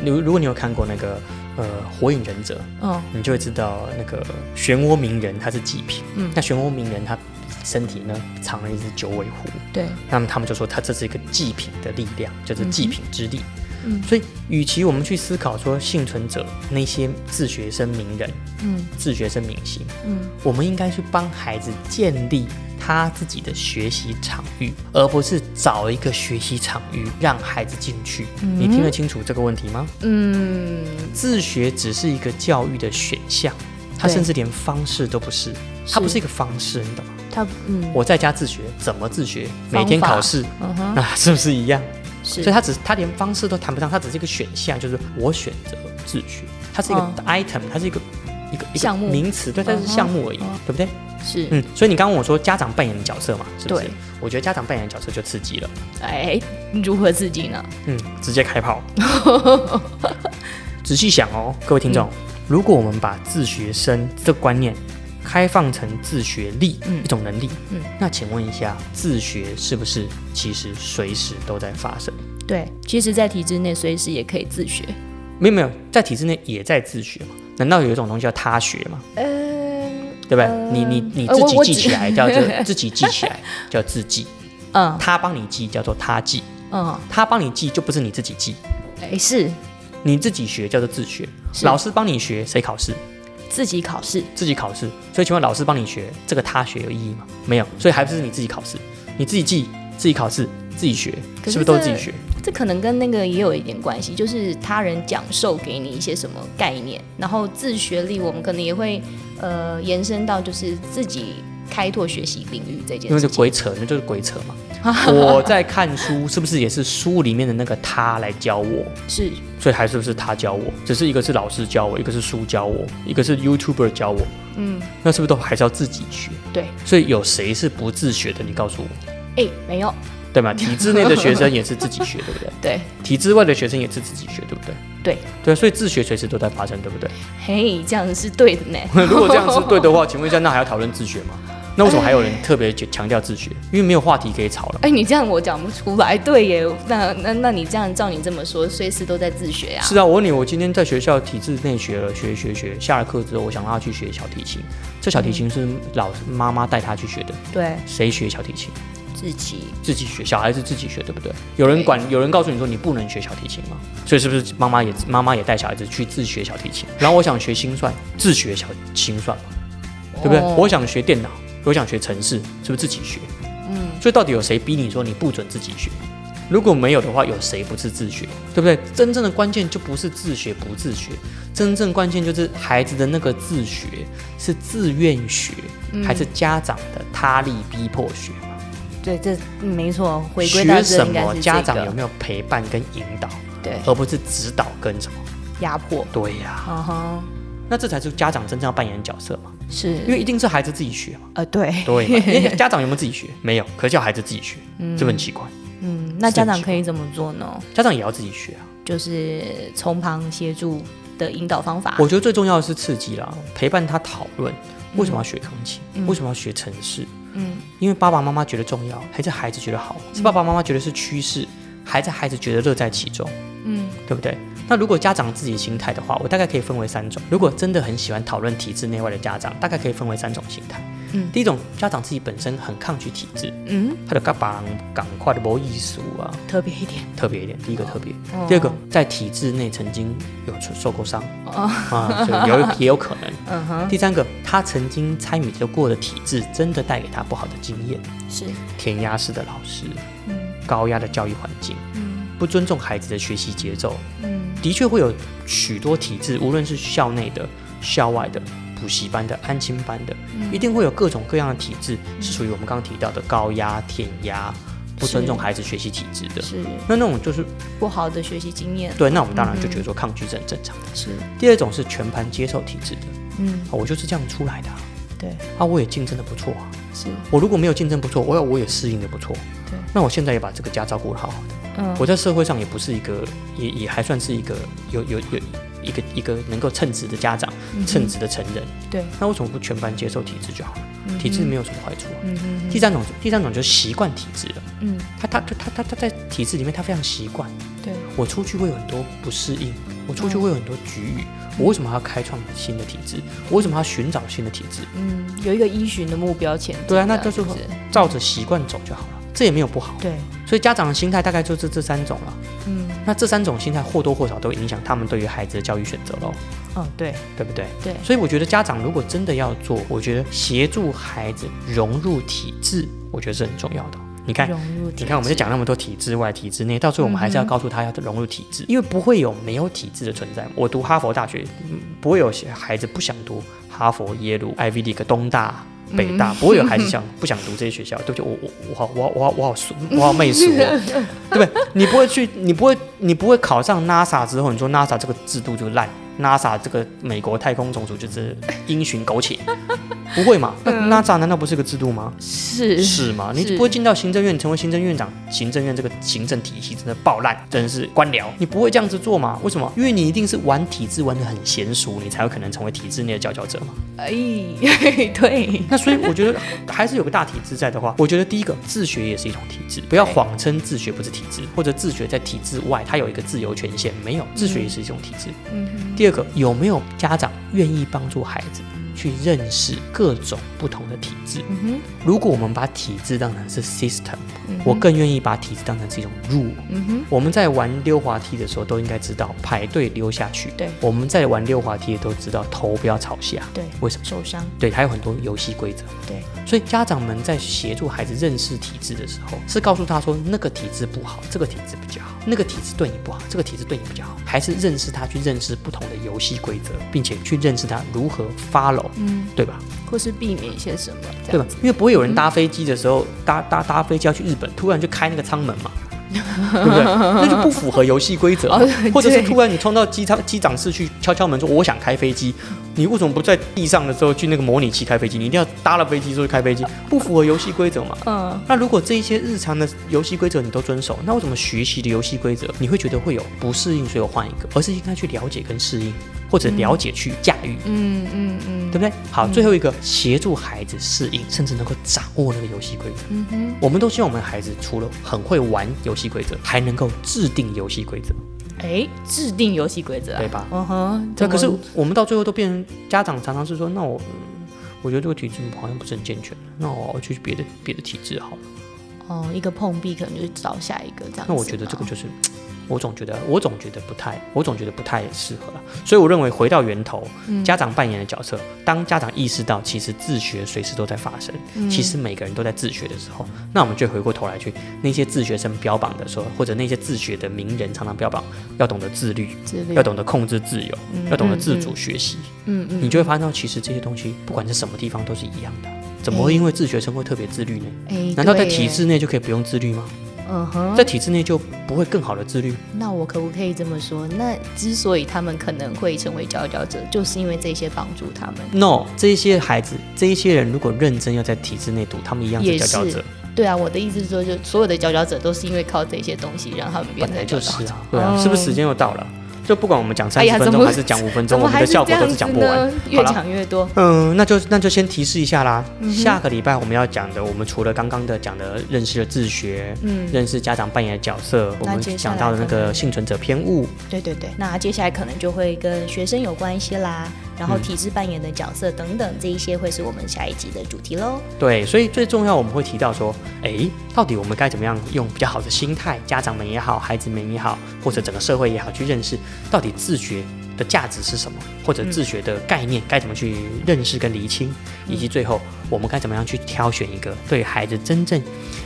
[SPEAKER 3] 如如果你有看过那个呃《火影忍者》，
[SPEAKER 1] 嗯，
[SPEAKER 3] 你就会知道那个漩涡鸣人他是祭品，嗯，那漩涡鸣人他身体呢藏了一只九尾狐，
[SPEAKER 1] 对，
[SPEAKER 3] 那么他们就说他这是一个祭品的力量，就是祭品之力。嗯，所以与其我们去思考说幸存者那些自学生名人，
[SPEAKER 1] 嗯，
[SPEAKER 3] 自学生明星，嗯，我们应该去帮孩子建立他自己的学习场域，而不是找一个学习场域让孩子进去。你听得清楚这个问题吗？
[SPEAKER 1] 嗯，
[SPEAKER 3] 自学只是一个教育的选项，它
[SPEAKER 1] 对
[SPEAKER 3] 甚至连方式都不是，它不是一个方式，你懂吗？
[SPEAKER 1] 他嗯
[SPEAKER 3] 我在家自学，怎么自学？
[SPEAKER 1] 方法
[SPEAKER 3] 每天考试，
[SPEAKER 1] 嗯哼
[SPEAKER 3] [LAUGHS] 那、是不是一样？所以
[SPEAKER 1] 是
[SPEAKER 3] 它只它连方
[SPEAKER 1] 嗯
[SPEAKER 3] 式都谈不上，它只是一个选项，就是我选择自学，它是一个 item，、它是一个一个一个
[SPEAKER 4] 项目
[SPEAKER 3] 名词，对，它是项目而已，对不对？
[SPEAKER 4] 是，
[SPEAKER 3] 嗯，所以你刚问我说家长扮演的角色嘛，是不是
[SPEAKER 4] 对？
[SPEAKER 3] 我觉得家长扮演的角色就刺激了，
[SPEAKER 4] 哎，如何自己呢？
[SPEAKER 3] 嗯，直接开炮。仔细想哦，各位听众，如果我们把自学生这个观念开放成自学力、一种能力，
[SPEAKER 1] 嗯
[SPEAKER 3] 那请问一下，自学是不是其实随时都在发生？
[SPEAKER 1] 对，
[SPEAKER 4] 其实，在体制内随时也可以自学。
[SPEAKER 3] 没有没有，在体制内也在自学嘛？难道有一种东西叫他学吗？
[SPEAKER 4] 嗯
[SPEAKER 3] 对不对？你你你
[SPEAKER 4] 呃
[SPEAKER 3] 自己
[SPEAKER 4] 我我
[SPEAKER 3] 记
[SPEAKER 4] 只
[SPEAKER 3] 起来叫做自己记起来叫自记，
[SPEAKER 4] 嗯
[SPEAKER 3] 他帮你记叫做他记，
[SPEAKER 4] 嗯，
[SPEAKER 3] 他帮你记就不是你自己记，
[SPEAKER 4] 哎，是
[SPEAKER 3] 你自己学叫做自学，老师帮你学谁考试？
[SPEAKER 4] 自己考试，
[SPEAKER 3] 自己考试。所以请问老师帮你学这个他学有意义吗？没有，所以还不是你自己考试，你自己记，自己考试，自己学，
[SPEAKER 4] 可
[SPEAKER 3] 是
[SPEAKER 4] 是
[SPEAKER 3] 不是都是
[SPEAKER 4] 这
[SPEAKER 3] 自己学？
[SPEAKER 4] 这可能跟那个也有一点关系，就是他人讲授给你一些什么概念，然后自学力我们可能也会呃延伸到就是自己开拓学习领域这件
[SPEAKER 3] 因
[SPEAKER 4] 事
[SPEAKER 3] 为是
[SPEAKER 4] 情。
[SPEAKER 3] 鬼扯，那就是鬼扯
[SPEAKER 4] [LAUGHS]
[SPEAKER 3] 嘛。我在看书，是不是也是书里面的那个他来教我？
[SPEAKER 4] 是
[SPEAKER 3] 所以还是不是他教我？只是一个是老师教我，一个是书教我，一个是 YouTuber 教我。嗯，那是不是都还是要自己学？
[SPEAKER 4] 对，
[SPEAKER 3] 所以有谁是不自学的？你告诉我，
[SPEAKER 4] 哎，没有，
[SPEAKER 3] 对吗？体制内的学生也是自己学，对不对？
[SPEAKER 4] 对
[SPEAKER 3] 体制外的学生也是自己学，对不对？
[SPEAKER 4] 对，
[SPEAKER 3] 对啊，所以自学随时都在发生，对不 [LAUGHS] 对？
[SPEAKER 4] 嘿，这样是对的呢。
[SPEAKER 3] 如果这样是对的话，请问一下，那还要讨论自学吗？那为什么还有人特别强调自学？因为没有话题可以吵了。
[SPEAKER 4] 哎，你这样我讲不出来，对耶。那那那你这样照你这么说，随时都在自学啊。
[SPEAKER 3] 是啊，我问你，我今天在学校体制内学了学学学，下了课之后，我想让他去学小提琴。这小提琴是老师妈妈带他去学的，
[SPEAKER 4] 对
[SPEAKER 3] 谁学小提琴？
[SPEAKER 4] 自己
[SPEAKER 3] 自己学，小孩子自己学，对不对？有人管，有人告诉你说你不能学小提琴吗？所以是不是妈妈也妈妈也带小孩子去自学小提琴？然后我想学心算，自学小心算嘛，对不对？
[SPEAKER 4] 哦
[SPEAKER 3] 我想学电脑，我想学程式，是不是自己学？嗯，所以到底有谁逼你说你不准自己学？如果没有的话，有谁不是自学，对不对？真正的关键就不是自学不自学，真正关键就是孩子的那个自学是自愿学，还是家长的他力逼迫学嘛？
[SPEAKER 4] 对，这嗯没错，回归到
[SPEAKER 3] 学
[SPEAKER 4] 这
[SPEAKER 3] 什
[SPEAKER 4] 应该
[SPEAKER 3] 么
[SPEAKER 4] 是、这个、
[SPEAKER 3] 家长有没有陪伴跟引导，
[SPEAKER 4] 对
[SPEAKER 3] 而不是指导跟什么。
[SPEAKER 4] 压迫？
[SPEAKER 3] 对呀、
[SPEAKER 4] 嗯哼，
[SPEAKER 3] 那这才是家长真正要扮演的角色嘛，
[SPEAKER 4] 是
[SPEAKER 3] 因为一定是孩子自己学嘛。
[SPEAKER 4] 呃对，[LAUGHS]
[SPEAKER 3] 对嘛，因为家长有没有自己学？没有，可是叫孩子自己学，这很奇怪。
[SPEAKER 4] 嗯，那家长可以怎么做呢？
[SPEAKER 3] 家长也要自己学啊。
[SPEAKER 4] 就是从旁协助的引导方法。
[SPEAKER 3] 我觉得最重要的是刺激啦，陪伴他讨论为什么要学钢琴，为什么要学程式，
[SPEAKER 4] 嗯，
[SPEAKER 3] 因为爸爸妈妈觉得重要，还是孩子觉得好？是爸爸妈妈觉得是趋势，还是孩子觉得乐在其中？
[SPEAKER 4] 嗯，
[SPEAKER 3] 对不对？那如果家长自己心态的话，我大概可以分为三种。如果真的很喜欢讨论体制内外的家长，大概可以分为三种心态。
[SPEAKER 4] 嗯
[SPEAKER 3] 第一种家长自己本身很抗拒体制，
[SPEAKER 4] 嗯，
[SPEAKER 3] 他的嘎巴赶快的没艺术啊，
[SPEAKER 4] 特别一点，
[SPEAKER 3] 特别一点，第一个特别，
[SPEAKER 4] 哦
[SPEAKER 3] 第二个在体制内曾经有受受过伤、啊，所以有 [LAUGHS] 也有可能。
[SPEAKER 4] 哦嗯哼，
[SPEAKER 3] 第三个，他曾经参与的过的体制真的带给他不好的经验，
[SPEAKER 4] 是嗯
[SPEAKER 3] 填鸭式的老师，高压的教育环境，不尊重孩子的学习节奏，
[SPEAKER 4] 嗯
[SPEAKER 3] 的确会有许多体制，无论是校内的、校外的、补习班的、安亲班的，
[SPEAKER 4] 嗯
[SPEAKER 3] 一定会有各种各样的体制，是属于我们刚刚提到的高压、填压、不尊重孩子学习体制的。
[SPEAKER 4] 是
[SPEAKER 3] 那那种就是
[SPEAKER 4] 不好的学习经验，
[SPEAKER 3] 对，那我们当然就觉得说抗拒是很正常的。
[SPEAKER 4] 是
[SPEAKER 3] 第二种是全盘接受体制的，
[SPEAKER 4] 嗯
[SPEAKER 3] 啊我就是这样出来的啊，
[SPEAKER 4] 对
[SPEAKER 3] 啊我也竞争的不错啊，
[SPEAKER 4] 是
[SPEAKER 3] 我如果没有竞争不错，我我也适应的不错，
[SPEAKER 4] 对，
[SPEAKER 3] 那我现在也把这个家照顾的好好的，
[SPEAKER 4] 嗯
[SPEAKER 3] 我在社会上也不是一个，也也还算是一个有有有一个一个能够称职的家长，称职的成人，
[SPEAKER 4] 嗯对
[SPEAKER 3] 那为什么不全盘接受体制就好了？体制没有什么坏处、啊。
[SPEAKER 4] 嗯哼
[SPEAKER 3] 第三种，第三种就是习惯体制了，
[SPEAKER 4] 嗯
[SPEAKER 3] 他他他他他他在体制里面他非常习惯，
[SPEAKER 4] 对
[SPEAKER 3] 我出去会有很多不适应，我
[SPEAKER 4] 嗯
[SPEAKER 3] 出去会有很多局域，我为什么还要开创新的体制？我为什么还要寻找新的体制？
[SPEAKER 4] 嗯有一个依循的目标前进
[SPEAKER 3] 对啊，那
[SPEAKER 4] 这
[SPEAKER 3] 就
[SPEAKER 4] 样
[SPEAKER 3] 是
[SPEAKER 4] 子
[SPEAKER 3] 照着习惯走就好了，这也没有不好。
[SPEAKER 4] 对
[SPEAKER 3] 所以家长的心态大概就是这三种了。
[SPEAKER 4] 嗯
[SPEAKER 3] 那这三种心态或多或少都影响他们对于孩子的教育选择喽，
[SPEAKER 4] 哦对
[SPEAKER 3] 对不对？
[SPEAKER 4] 对
[SPEAKER 3] 所以我觉得家长如果真的要做，我觉得协助孩子融入体制，我觉得是很重要的。你看，
[SPEAKER 4] 融入
[SPEAKER 3] 哎你
[SPEAKER 4] 体嗯
[SPEAKER 3] 看，我们就讲那么多体制外、体制内，到最后我们还是要告诉他要融入体制，因为不会有没有体制的存在。我读哈佛大学，嗯不会有孩子不想读哈佛、耶鲁、Ivy League、东大。
[SPEAKER 4] 嗯
[SPEAKER 3] 北大不会有孩子想不想读这些学校，对不起，我我我好我好我好我好俗，我好媚俗、哦，
[SPEAKER 4] [LAUGHS]
[SPEAKER 3] 对不对？你不会去，你不会你不会考上 NASA 之后，你说 NASA 这个制度就烂， NASA 这个美国太空总署就是 [LAUGHS] 因循苟且，不会嘛？
[SPEAKER 4] 嗯
[SPEAKER 3] 那 NASA 难道不是个制度吗？
[SPEAKER 4] 是
[SPEAKER 3] 是吗？你
[SPEAKER 4] 是
[SPEAKER 3] 不会进到行政院成为行政院长？行政院这个行政体系真的爆烂，真的是官僚，你不会这样子做吗？为什么？因为你一定是玩体制玩的很娴熟，你才有可能成为体制内的佼佼者嘛。
[SPEAKER 4] 哎， [LAUGHS] 对，
[SPEAKER 3] 那所以我觉得还是有个大体制在的话，我觉得第一个自学也是一种体制，不要
[SPEAKER 4] 对
[SPEAKER 3] 谎称自学不是体制，或者自学在体制外它有一个自由权限，没有，自学也是一种体制。
[SPEAKER 4] 嗯
[SPEAKER 3] 第二个，有没有家长愿意帮助孩子去认识各种不同的体制？
[SPEAKER 4] 哼，嗯
[SPEAKER 3] 如果我们把体制当成是 system，
[SPEAKER 4] 哼，
[SPEAKER 3] 我更愿意把体制当成是一种 rule。
[SPEAKER 4] 嗯哼，
[SPEAKER 3] 我们在玩溜滑梯的时候，都应该知道排队溜下去。
[SPEAKER 4] 对
[SPEAKER 3] 我们在玩溜滑梯也都知道头不要朝下。
[SPEAKER 4] 对，
[SPEAKER 3] 为什么？
[SPEAKER 4] 受伤，
[SPEAKER 3] 对，还有很多游戏规则。
[SPEAKER 4] 对，
[SPEAKER 3] 所以家长们在协助孩子认识体制的时候，是告诉他说那个体制不好，这个体制比较好，那个体制对你不好，这个体制对你比较好，还是认识他去认识不同的游戏规则，并且去认识他如何 follow，
[SPEAKER 4] 嗯，
[SPEAKER 3] 对吧？
[SPEAKER 4] 或是避免一些什么，这
[SPEAKER 3] 对吧
[SPEAKER 4] 样子？？
[SPEAKER 3] 因为不会有人搭飞机的时候，搭搭搭飞机要去日本，突然就开那个舱门
[SPEAKER 4] [LAUGHS]
[SPEAKER 3] 嘛。对不对？那就不符合游戏规则嘛
[SPEAKER 4] 哦对，
[SPEAKER 3] 或者是突然你冲到机舱机长室去敲敲门说我想开飞机，你为什么不在地上的时候去那个模拟器开飞机？你一定要搭了飞机之后就开飞机，不符合游戏规则嘛？
[SPEAKER 4] 嗯，
[SPEAKER 3] 那如果这一些日常的游戏规则你都遵守，那为什么学习的游戏规则你会觉得会有不适应，所以我换一个，而是应该去了解跟适应，或者了解去驾驭，
[SPEAKER 4] 嗯嗯嗯，
[SPEAKER 3] 对不对？好，最后一个协助孩子适应，甚至能够掌握那个游戏规则。
[SPEAKER 4] 嗯哼，
[SPEAKER 3] 我们都希望我们的孩子除了很会玩游戏规则，还能够制定游戏规则，
[SPEAKER 4] 哎，制定游戏规则啊，
[SPEAKER 3] 对吧？
[SPEAKER 4] 嗯哼，
[SPEAKER 3] 那
[SPEAKER 4] 怎么
[SPEAKER 3] 可是我们到最后都变成家长常常是说，那我。嗯我觉得这个体制好像不是很健全，那我去别的别的体制好了。
[SPEAKER 4] 哦，一个碰壁可能就找下一个这样子吗。
[SPEAKER 3] 那我觉得这个就是，我总觉得我总觉得不太，我总觉得不太适合了。所以我认为回到源头，
[SPEAKER 4] 嗯
[SPEAKER 3] 家长扮演的角色，当家长意识到其实自学随时都在发生，
[SPEAKER 4] 嗯
[SPEAKER 3] 其实每个人都在自学的时候，那我们就回过头来去那些自学生标榜的时候，或者那些自学的名人常常标榜要懂得自律，
[SPEAKER 4] 自律
[SPEAKER 3] 要懂得控制自由，要懂得自主学习，
[SPEAKER 4] 嗯嗯，
[SPEAKER 3] 你就会发现到其实这些东西不管是什么地方都是一样的。怎么会因为自学生会特别自律呢？
[SPEAKER 4] 哎，
[SPEAKER 3] 难道在
[SPEAKER 4] 对耶
[SPEAKER 3] 体制？内就可以不用自律吗？
[SPEAKER 4] 嗯哼，
[SPEAKER 3] 在体制内就不会更好的自律？
[SPEAKER 4] 那我可不可以这么说？那之所以他们可能会成为佼佼者，就是因为这些帮助他们。
[SPEAKER 3] No，这些孩子，这一些人如果认真要在体制内读，他们一样是
[SPEAKER 4] 也
[SPEAKER 3] 佼
[SPEAKER 4] 是
[SPEAKER 3] 佼者，
[SPEAKER 4] 对啊，我的意思是说，就所有的佼佼者都是因为靠这些东西让他们变
[SPEAKER 3] 本
[SPEAKER 4] 成佼
[SPEAKER 3] 来就
[SPEAKER 4] 佼
[SPEAKER 3] 是
[SPEAKER 4] 者。
[SPEAKER 3] 啊，对啊，
[SPEAKER 4] 嗯
[SPEAKER 3] 是不是时间又到了？就不管我们讲三
[SPEAKER 4] 哎
[SPEAKER 3] 十
[SPEAKER 4] 呀
[SPEAKER 3] 分
[SPEAKER 4] 怎
[SPEAKER 3] 钟
[SPEAKER 4] 么
[SPEAKER 3] 还是讲五
[SPEAKER 4] 怎
[SPEAKER 3] 分钟，我
[SPEAKER 4] 么
[SPEAKER 3] 们
[SPEAKER 4] 还
[SPEAKER 3] 的
[SPEAKER 4] 是
[SPEAKER 3] 效
[SPEAKER 4] 这
[SPEAKER 3] 果都
[SPEAKER 4] 样
[SPEAKER 3] 是
[SPEAKER 4] 子
[SPEAKER 3] 讲不完
[SPEAKER 4] 呢？。
[SPEAKER 3] 好
[SPEAKER 4] 越
[SPEAKER 3] 了，
[SPEAKER 4] 讲嗯越多。
[SPEAKER 3] 嗯，那就那就先提示一下啦。下个礼拜我们要讲的，我们除了刚刚的讲的认识了自学，
[SPEAKER 4] 嗯
[SPEAKER 3] 认识家长扮演的角色，我
[SPEAKER 4] 那
[SPEAKER 3] 们
[SPEAKER 4] 接下
[SPEAKER 3] 讲
[SPEAKER 4] 来
[SPEAKER 3] 到的那
[SPEAKER 4] 可能
[SPEAKER 3] 个幸存者偏误，
[SPEAKER 4] 对对对，
[SPEAKER 1] 那接下来可能就会跟学生有关系啦，然后体制扮演的角色等等，这一些会是我们下一集的主题喽。
[SPEAKER 3] 对，所以最重要我们会提到说，诶，到底我们该怎么样用比较好的心态，家长们也好，孩子们也好，或者整个社会也好，去认识到底自学的价值是什么，或者自学的概念该怎么去认识跟厘清，以及最后我们该怎么样去挑选一个对孩子真正。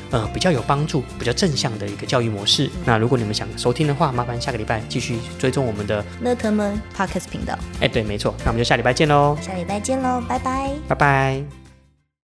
[SPEAKER 3] 呃，比较有帮助、比较正向的一个教育模式。那如果你们想收听的话，麻烦下个礼拜继续追踪我们的。
[SPEAKER 1] 那他们 Podcast 频道，
[SPEAKER 3] 哎，对，没错，那我们就下礼拜见喽，
[SPEAKER 1] 下礼拜见喽，拜拜。
[SPEAKER 3] 拜拜。